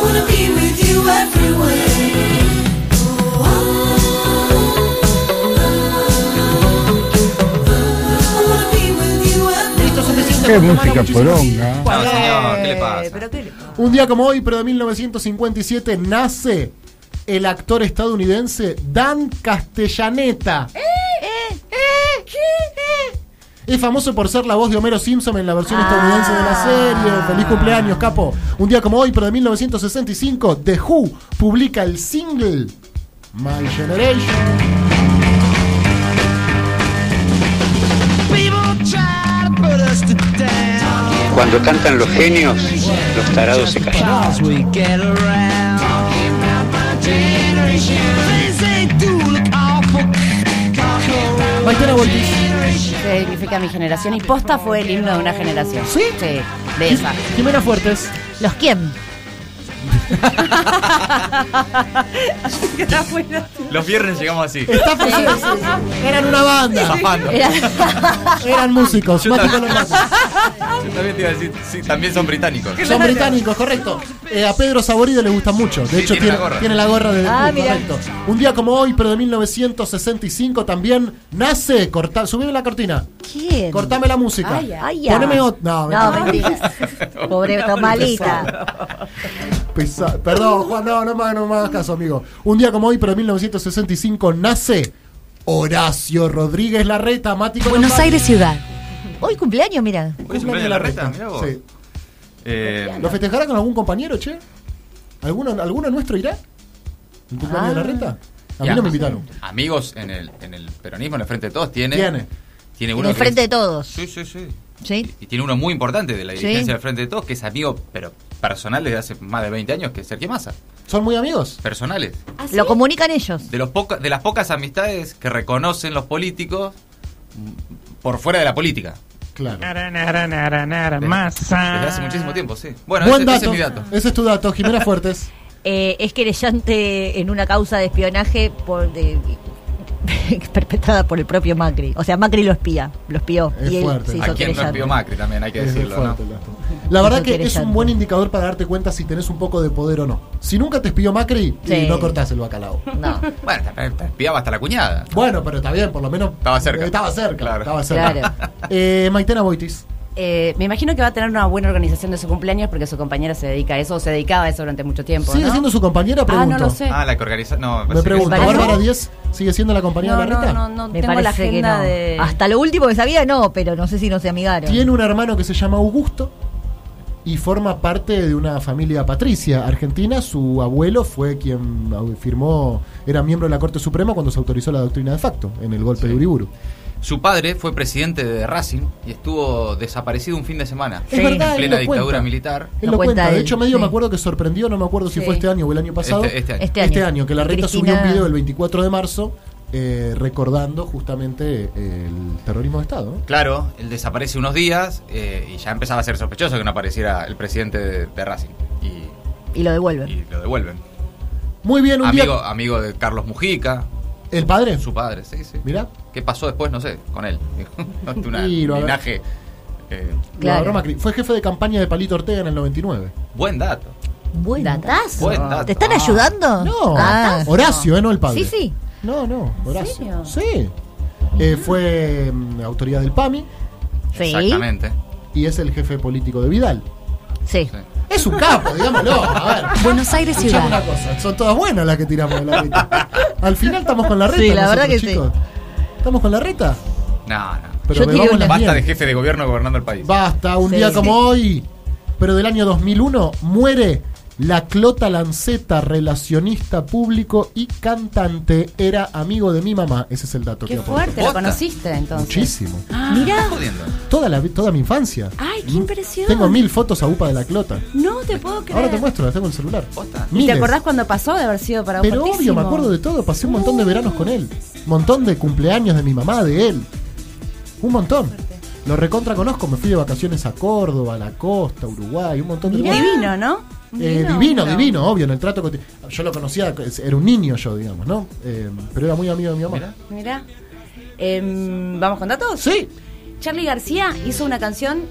Speaker 10: wanna be with you Oh, everywhere. oh, oh. I wanna be with you everywhere.
Speaker 2: Listo, suficiente. Qué música poronga.
Speaker 4: No, señor, ¿qué le pasa?
Speaker 2: Un día como hoy, pero de 1957, nace el actor Eh,
Speaker 7: Eh,
Speaker 2: estadounidense Dan Castellaneta. Es famoso por ser la voz de Homero Simpson en la versión estadounidense de la serie. Feliz cumpleaños, capo. Un día como hoy, pero de 1965, The Who publica el single My Generation.
Speaker 11: Cuando cantan los genios, los tarados se callan.
Speaker 2: Maitena Voltis.
Speaker 6: Que Significa mi generación. Y posta fue el himno de una generación. ¿Sí? Sí, de esa.
Speaker 2: Jimena Fuertes.
Speaker 7: ¿Los quién?
Speaker 4: Los viernes llegamos así.
Speaker 2: Está Eran una banda.
Speaker 4: Zafando.
Speaker 2: Eran, eran músicos.
Speaker 4: Yo
Speaker 2: Mati
Speaker 4: también-
Speaker 2: Colomato.
Speaker 4: Yo también te iba a decir, sí, también son británicos.
Speaker 2: Son británicos, correcto. Eh, a Pedro Saborido le gusta mucho. De
Speaker 4: Sí,
Speaker 2: hecho,
Speaker 4: tiene
Speaker 2: tiene,
Speaker 4: la gorra.
Speaker 2: tiene la gorra de
Speaker 7: Ah,
Speaker 2: uh,
Speaker 7: mirá.
Speaker 2: correcto. Un día como hoy, pero de 1965 también nace. Corta, subime la cortina.
Speaker 7: ¿Quién?
Speaker 2: Cortame la música.
Speaker 7: Ay, ay, ay.
Speaker 2: Poneme ot- No,
Speaker 7: No,
Speaker 2: mentira.
Speaker 7: mentira. Pobre Tomalita.
Speaker 2: Pesa- Perdón, Juan, no, no, me hagas- no me hagas caso, amigo. Un día como hoy, pero de 1965 nace Horacio Rodríguez Larreta, Mático.
Speaker 12: Buenos Aires ciudad.
Speaker 7: Hoy cumpleaños, mira.
Speaker 4: Hoy es cumpleaños de la reta, mirá vos.
Speaker 2: Sí.
Speaker 4: Eh,
Speaker 2: ¿Lo festejará con algún compañero, che? ¿Alguno, alguno nuestro irá? ¿El cumpleaños de la reta? A mí
Speaker 4: Ah. ya,
Speaker 2: no me invitaron.
Speaker 4: Amigos en el, en el peronismo, en el frente de todos, tiene.
Speaker 2: Tiene.
Speaker 4: Tiene
Speaker 7: En
Speaker 4: uno
Speaker 7: el
Speaker 4: que
Speaker 7: frente
Speaker 4: es-
Speaker 7: de todos.
Speaker 4: Sí, sí, sí.
Speaker 7: ¿Sí?
Speaker 4: Y tiene uno muy importante de la
Speaker 7: Sí.
Speaker 4: dirigencia del frente de todos, que es amigo, pero personal desde hace más de 20 años, que es Sergio Massa.
Speaker 2: ¿Son muy amigos?
Speaker 4: Personales.
Speaker 2: ¿Ah,
Speaker 7: Lo comunican ellos.
Speaker 4: De, los poca- de las pocas amistades que reconocen los políticos mm, por fuera de la política.
Speaker 2: Claro.
Speaker 4: Desde hace muchísimo tiempo, sí. Bueno,
Speaker 2: Buen
Speaker 4: ese,
Speaker 2: dato.
Speaker 4: ese es mi dato.
Speaker 2: Ese es tu dato, Jimena Fuertes.
Speaker 7: Eh, es querellante en una causa de espionaje por de- perpetrada por el propio Macri. O sea, Macri lo espía, lo espió.
Speaker 2: Es
Speaker 7: y él
Speaker 2: fuerte.
Speaker 7: se
Speaker 4: A
Speaker 7: hizo
Speaker 4: quien no
Speaker 7: querellante.
Speaker 4: espió Macri también, hay que
Speaker 2: Es
Speaker 4: decirlo, ¿no?
Speaker 2: fuerte el dato. La verdad
Speaker 7: Eso
Speaker 2: que
Speaker 7: quiere
Speaker 2: es un
Speaker 7: llanto.
Speaker 2: buen indicador para darte cuenta si tenés un poco de poder o no. Si nunca te espió Macri, y
Speaker 7: Sí.
Speaker 2: no cortás el bacalao.
Speaker 7: No,
Speaker 4: Bueno, te, te espiaba hasta la cuñada.
Speaker 2: Bueno, pero está bien, por lo menos.
Speaker 4: Estaba cerca.
Speaker 2: Estaba cerca.
Speaker 4: Claro.
Speaker 2: Estaba cerca.
Speaker 6: Claro.
Speaker 2: Eh, Maitena Boitis.
Speaker 6: Eh, me imagino que va a tener una buena organización de su cumpleaños porque su compañera se dedica a eso o se dedicaba a eso durante mucho tiempo.
Speaker 2: ¿Sigue
Speaker 6: ¿no?
Speaker 2: siendo su compañera? Pregunto.
Speaker 6: Ah, no lo sé.
Speaker 4: Ah, la que organiza. No,
Speaker 2: Me
Speaker 4: parece que-
Speaker 2: pregunto.
Speaker 6: ¿Parece?
Speaker 2: ¿Bárbara 10 sigue siendo la compañera
Speaker 6: no,
Speaker 2: de la
Speaker 6: no,
Speaker 2: reta?
Speaker 6: no, no
Speaker 7: me
Speaker 6: tengo la
Speaker 7: parece que
Speaker 6: agenda
Speaker 7: no.
Speaker 6: de.
Speaker 7: Hasta lo último que sabía, no, pero no sé si no se amigaron.
Speaker 2: Tiene un hermano que se llama Augusto y forma parte de una familia patricia argentina. Su abuelo fue quien firmó, era miembro de la Corte Suprema cuando se autorizó la doctrina de facto en el golpe de Uriburu.
Speaker 4: Su padre fue presidente de Racing y estuvo desaparecido un fin de semana.
Speaker 2: Es verdad,
Speaker 4: en
Speaker 2: él lo
Speaker 4: plena
Speaker 2: cuenta.
Speaker 4: dictadura militar.
Speaker 2: Él
Speaker 7: Lo
Speaker 2: lo cuenta,
Speaker 7: cuenta
Speaker 2: de
Speaker 7: él,
Speaker 2: hecho medio
Speaker 7: sí.
Speaker 2: me acuerdo que sorprendió, no me acuerdo si
Speaker 7: Sí.
Speaker 2: fue este año o el año pasado,
Speaker 4: Este- este año.
Speaker 7: Este año.
Speaker 2: que la reta
Speaker 7: Cristina-
Speaker 2: subió un video el 24 de marzo eh, recordando justamente el terrorismo de Estado. ¿no?
Speaker 4: Claro, él desaparece unos días eh, y ya empezaba a ser sospechoso que no apareciera el presidente de, de Racing. Y,
Speaker 7: Y lo devuelven.
Speaker 4: y lo devuelven.
Speaker 2: Muy bien, un
Speaker 4: Amigo,
Speaker 2: día...
Speaker 4: amigo de Carlos Mujica,
Speaker 2: ¿El padre?
Speaker 4: su padre, sí, sí.
Speaker 2: Mirá,
Speaker 4: ¿Qué pasó después? No sé, con él. este Un
Speaker 2: Y lo-
Speaker 4: linaje. eh,
Speaker 2: la
Speaker 7: Claro.
Speaker 2: broma Macri. Fue jefe de campaña de Palito Ortega en el 99.
Speaker 4: buen dato.
Speaker 7: Buen datazo.
Speaker 4: Buen dato.
Speaker 7: ¿Te están
Speaker 4: Ah.
Speaker 7: ayudando?
Speaker 2: No,
Speaker 7: Ah.
Speaker 2: Horacio, ¿eh? No el padre.
Speaker 7: Sí, sí.
Speaker 2: No, no, Horacio. Sí. Eh, fue mm, autoridad del PAMI
Speaker 7: Sí.
Speaker 4: Exactamente.
Speaker 2: y es el jefe político de Vidal.
Speaker 7: Sí.
Speaker 4: Sí.
Speaker 2: Es un capo, digámoslo. A ver.
Speaker 12: Buenos Aires
Speaker 2: Escuchame
Speaker 12: ciudad.
Speaker 2: una cosa, son todas buenas las que tiramos de la reta. Al final estamos con la reta.
Speaker 7: Sí, la
Speaker 2: nosotros,
Speaker 7: verdad que sí.
Speaker 2: chicos. Estamos con la reta.
Speaker 4: No, no.
Speaker 2: Pero
Speaker 7: Yo tiré
Speaker 2: bebamos
Speaker 7: una.
Speaker 2: las
Speaker 4: Basta de
Speaker 2: bien.
Speaker 4: jefe de gobierno gobernando el país.
Speaker 2: Basta, un
Speaker 7: Sí.
Speaker 2: día como hoy, pero del año 2001, muere la Clota Lanceta, relacionista público y cantante. Era amigo de mi mamá. Ese es el dato
Speaker 6: Qué
Speaker 2: que aporto.
Speaker 6: fuerte, lo
Speaker 4: Posta.
Speaker 6: conociste entonces.
Speaker 2: Muchísimo.
Speaker 7: Ah.
Speaker 4: Mirá. Jodiendo.
Speaker 2: Toda, la, toda mi infancia.
Speaker 6: Ay, qué impresión.
Speaker 2: Tengo mil fotos a UPA de la Clota.
Speaker 6: No te puedo creer.
Speaker 2: Ahora te muestro, las tengo en el celular.
Speaker 4: Posta.
Speaker 6: ¿Y te
Speaker 2: Miles.
Speaker 6: acordás cuando pasó de haber sido para vos
Speaker 2: Pero obvio,
Speaker 6: fortísimo?
Speaker 2: me acuerdo de todo. Pasé un montón de veranos con él. Montón de cumpleaños de mi mamá, de él. Un montón. Lo recontra conozco. Me fui de vacaciones a Córdoba, a la costa, Uruguay, un montón de
Speaker 6: Mirá.
Speaker 2: lugares.
Speaker 6: Divino, ¿no?
Speaker 2: Eh, divino, divino, obvio, en el trato que te- Yo lo conocía, era un niño yo, digamos, ¿no? Eh, pero era muy amigo de mi mamá.
Speaker 4: Mirá.
Speaker 6: Mirá. Em, ¿Vamos con datos?
Speaker 2: Sí,
Speaker 6: Charlie García hizo una canción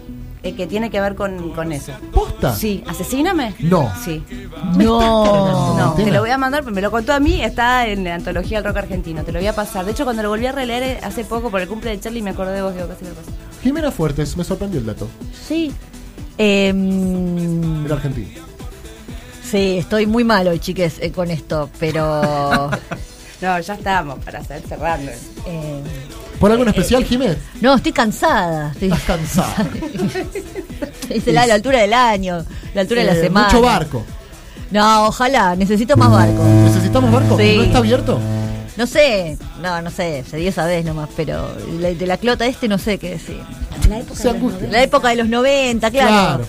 Speaker 6: eh, que tiene que ver con, con eso.
Speaker 2: posta.
Speaker 6: Sí, ¿Asesíname?
Speaker 2: Ah. No.
Speaker 6: Sí.
Speaker 2: No,
Speaker 6: No, te lo voy a mandar, me lo contó a mí, está en la antología del rock argentino, te lo voy a pasar. De hecho, cuando lo volví a releer eh, hace poco por el cumple de Charlie, me acordé de vos, digo, casi me lo pasé.
Speaker 2: Jimena Fuertes, me sorprendió el dato.
Speaker 7: Sí. Eh, mm,
Speaker 2: Era argentino.
Speaker 7: sí, estoy muy malo, chiques, eh, con esto, pero.
Speaker 6: No, ya estábamos para hacer cerrarlo.
Speaker 7: eh,
Speaker 2: ¿Por algo en especial, Jiménez?
Speaker 7: No, estoy cansada. Estoy
Speaker 2: Estás cansada.
Speaker 7: Es la, la altura del año, la altura de la
Speaker 2: Eh,
Speaker 7: semana.
Speaker 2: Mucho barco.
Speaker 7: No, ojalá, necesito más barco.
Speaker 2: ¿Necesitamos barco?
Speaker 7: Sí.
Speaker 2: ¿No está abierto?
Speaker 7: No sé, no, no sé, se dio esa vez nomás, pero la- de la clota este no sé qué decir.
Speaker 6: La época
Speaker 2: Se de los angustia.
Speaker 7: La época de los 90, claro.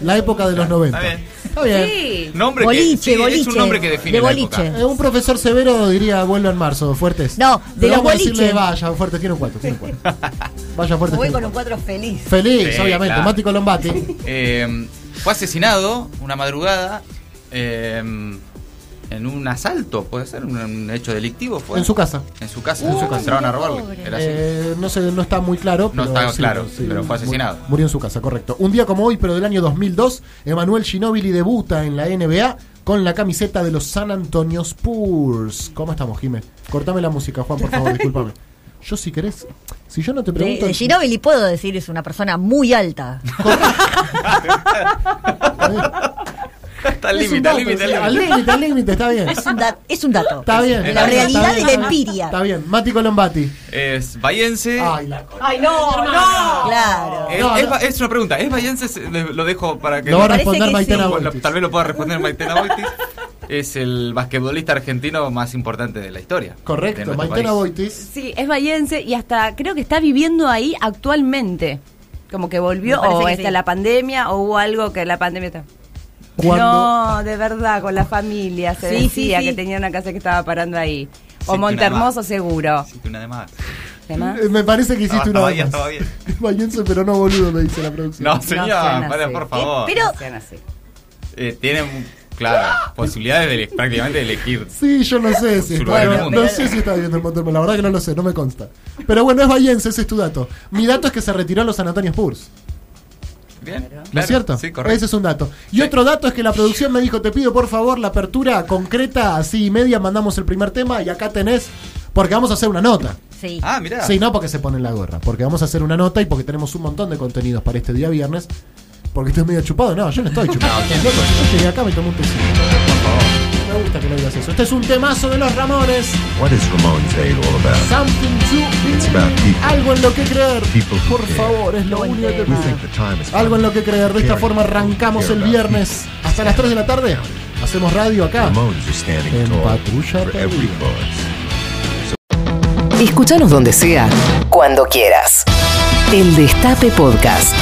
Speaker 2: La época de los 90.
Speaker 4: Está bien.
Speaker 2: Está bien.
Speaker 4: Nombre que, sí, es un nombre que define la época.
Speaker 2: Eh, un profesor severo diría vuelve en marzo, fuertes.
Speaker 7: No, de
Speaker 2: Pero
Speaker 7: los
Speaker 2: vamos a decirle,
Speaker 7: boliches.
Speaker 2: Vaya, fuertes, tiene un cuarto, tiene un cuarto. Vaya, fuertes.
Speaker 7: Voy
Speaker 2: tiene
Speaker 7: con
Speaker 2: un
Speaker 7: un cuatro feliz.
Speaker 2: cuarto. Feliz,
Speaker 4: Sí,
Speaker 2: obviamente.
Speaker 4: claro.
Speaker 2: Mati Colombati.
Speaker 4: Eh, fue asesinado una madrugada eh, en un asalto, puede ser, un, un hecho delictivo. Fue.
Speaker 2: En su casa.
Speaker 4: En su casa,
Speaker 2: En su casa.
Speaker 4: entraron a robarlo. Era así.
Speaker 2: Eh, no sé, no está muy claro.
Speaker 4: No
Speaker 2: pero
Speaker 4: está
Speaker 2: sí,
Speaker 4: claro,
Speaker 2: sí.
Speaker 4: pero fue asesinado.
Speaker 2: Mu- Murió en su casa, correcto. Un día como hoy, pero del año 2002, Emanuel Ginóbili debuta en la NBA con la camiseta de los San Antonio Spurs. ¿Cómo estamos, Jiménez? Cortame la música, Juan, por favor, discúlpame. Yo, si querés, si yo no te
Speaker 7: De,
Speaker 2: pregunto.
Speaker 7: de Ginóbili puedo decir, es una persona muy alta.
Speaker 4: Está al
Speaker 2: Es un
Speaker 4: límite, al
Speaker 2: dato,
Speaker 4: límite, al
Speaker 2: sí, al
Speaker 4: límite.
Speaker 2: límite, al límite, está bien.
Speaker 7: Es un, da- es un dato.
Speaker 2: Está bien.
Speaker 7: De
Speaker 2: está
Speaker 7: la
Speaker 2: bien,
Speaker 7: realidad
Speaker 2: está
Speaker 7: y la
Speaker 2: bien.
Speaker 7: empiria.
Speaker 2: Está bien, Mati Colombati.
Speaker 4: Es bayense.
Speaker 2: Ay, la co-
Speaker 7: Ay, no, no. Claro.
Speaker 4: Eh,
Speaker 2: Ah, No,
Speaker 4: es,
Speaker 2: no.
Speaker 4: ba- es una pregunta, ¿es bayense? Se- le- Lo dejo para que...
Speaker 2: Lo va a
Speaker 7: parece
Speaker 2: responder
Speaker 7: que
Speaker 2: Maitena
Speaker 7: sí.
Speaker 4: Lo-
Speaker 2: Boitis.
Speaker 4: tal vez lo pueda responder Maitena Boitis. Es el basquetbolista argentino más importante de la historia. de
Speaker 2: Correcto,
Speaker 4: nuestro
Speaker 2: Maitena
Speaker 4: país.
Speaker 2: Boitis.
Speaker 3: Sí, es vallense y hasta creo que está viviendo ahí actualmente. Como que volvió,
Speaker 7: Me parece
Speaker 3: o
Speaker 7: que
Speaker 3: está
Speaker 7: sí.
Speaker 3: la pandemia, o hubo algo que la pandemia... está-
Speaker 2: Cuando-
Speaker 3: No, de verdad, con la familia se
Speaker 7: Sí, sí,
Speaker 3: decía
Speaker 7: sí.
Speaker 3: que tenía una casa que estaba parando ahí.
Speaker 4: que
Speaker 3: O
Speaker 4: una
Speaker 3: Montermoso
Speaker 4: más.
Speaker 3: seguro.
Speaker 4: Sí, que una de más.
Speaker 3: Además,
Speaker 2: Eh, Me parece que hiciste
Speaker 4: Estaba-
Speaker 2: una
Speaker 4: estaba
Speaker 2: vez
Speaker 4: bien,
Speaker 2: más.
Speaker 4: estaba bien.
Speaker 2: Es bayense, pero no boludo, me dice la producción.
Speaker 4: No, señor,
Speaker 3: sean
Speaker 4: para,
Speaker 3: así.
Speaker 4: por favor.
Speaker 7: Pero-
Speaker 3: no sean así.
Speaker 4: Eh, tiene, claro, posibilidades de, ele- prácticamente de elegir.
Speaker 2: Sí, yo no sé si
Speaker 4: Su
Speaker 2: está
Speaker 4: lugar en el
Speaker 2: viendo,
Speaker 4: mundo.
Speaker 2: no sé si está viendo el Montermo, la verdad que no lo sé, no me consta. Pero bueno, es Bayense, ese es tu dato. Mi dato es que se retiró a los San Antonio Spurs,
Speaker 4: Bien,
Speaker 2: ¿no
Speaker 4: claro,
Speaker 2: es cierto?
Speaker 4: Sí, correcto.
Speaker 2: Ese es un dato. Y otro dato es que la producción me dijo, te pido por favor la apertura concreta, así y media, mandamos el primer tema y acá tenés, porque vamos a hacer una nota.
Speaker 7: Sí.
Speaker 4: Ah, mirá.
Speaker 2: Sí, no porque se ponen la gorra, porque vamos a hacer una nota y porque tenemos un montón de contenidos para este día viernes. Porque estoy medio chupado, no, yo no estoy chupado. Estoy loco, yo llegué acá me tomé un tecito. Me gusta que lo digas eso. Este es un temazo de los Ramones.
Speaker 12: What is Ramon's Aid all about?
Speaker 2: Something to
Speaker 12: It's about people.
Speaker 2: Algo en lo que creer.
Speaker 12: People who
Speaker 2: Por
Speaker 12: care.
Speaker 2: favor, es lo
Speaker 7: Lo
Speaker 2: único que
Speaker 12: Who think the time is
Speaker 2: Algo en lo que creer. De esta
Speaker 12: Care
Speaker 2: forma
Speaker 12: about
Speaker 2: arrancamos
Speaker 12: people
Speaker 2: el
Speaker 12: who care about
Speaker 2: viernes hasta las 3 de la tarde. Hacemos radio acá.
Speaker 12: Ramones are standing
Speaker 2: En
Speaker 12: tall
Speaker 2: patrulla
Speaker 12: for every
Speaker 2: perdida.
Speaker 12: cause.
Speaker 1: Escúchanos donde sea, cuando quieras. El Destape Podcast.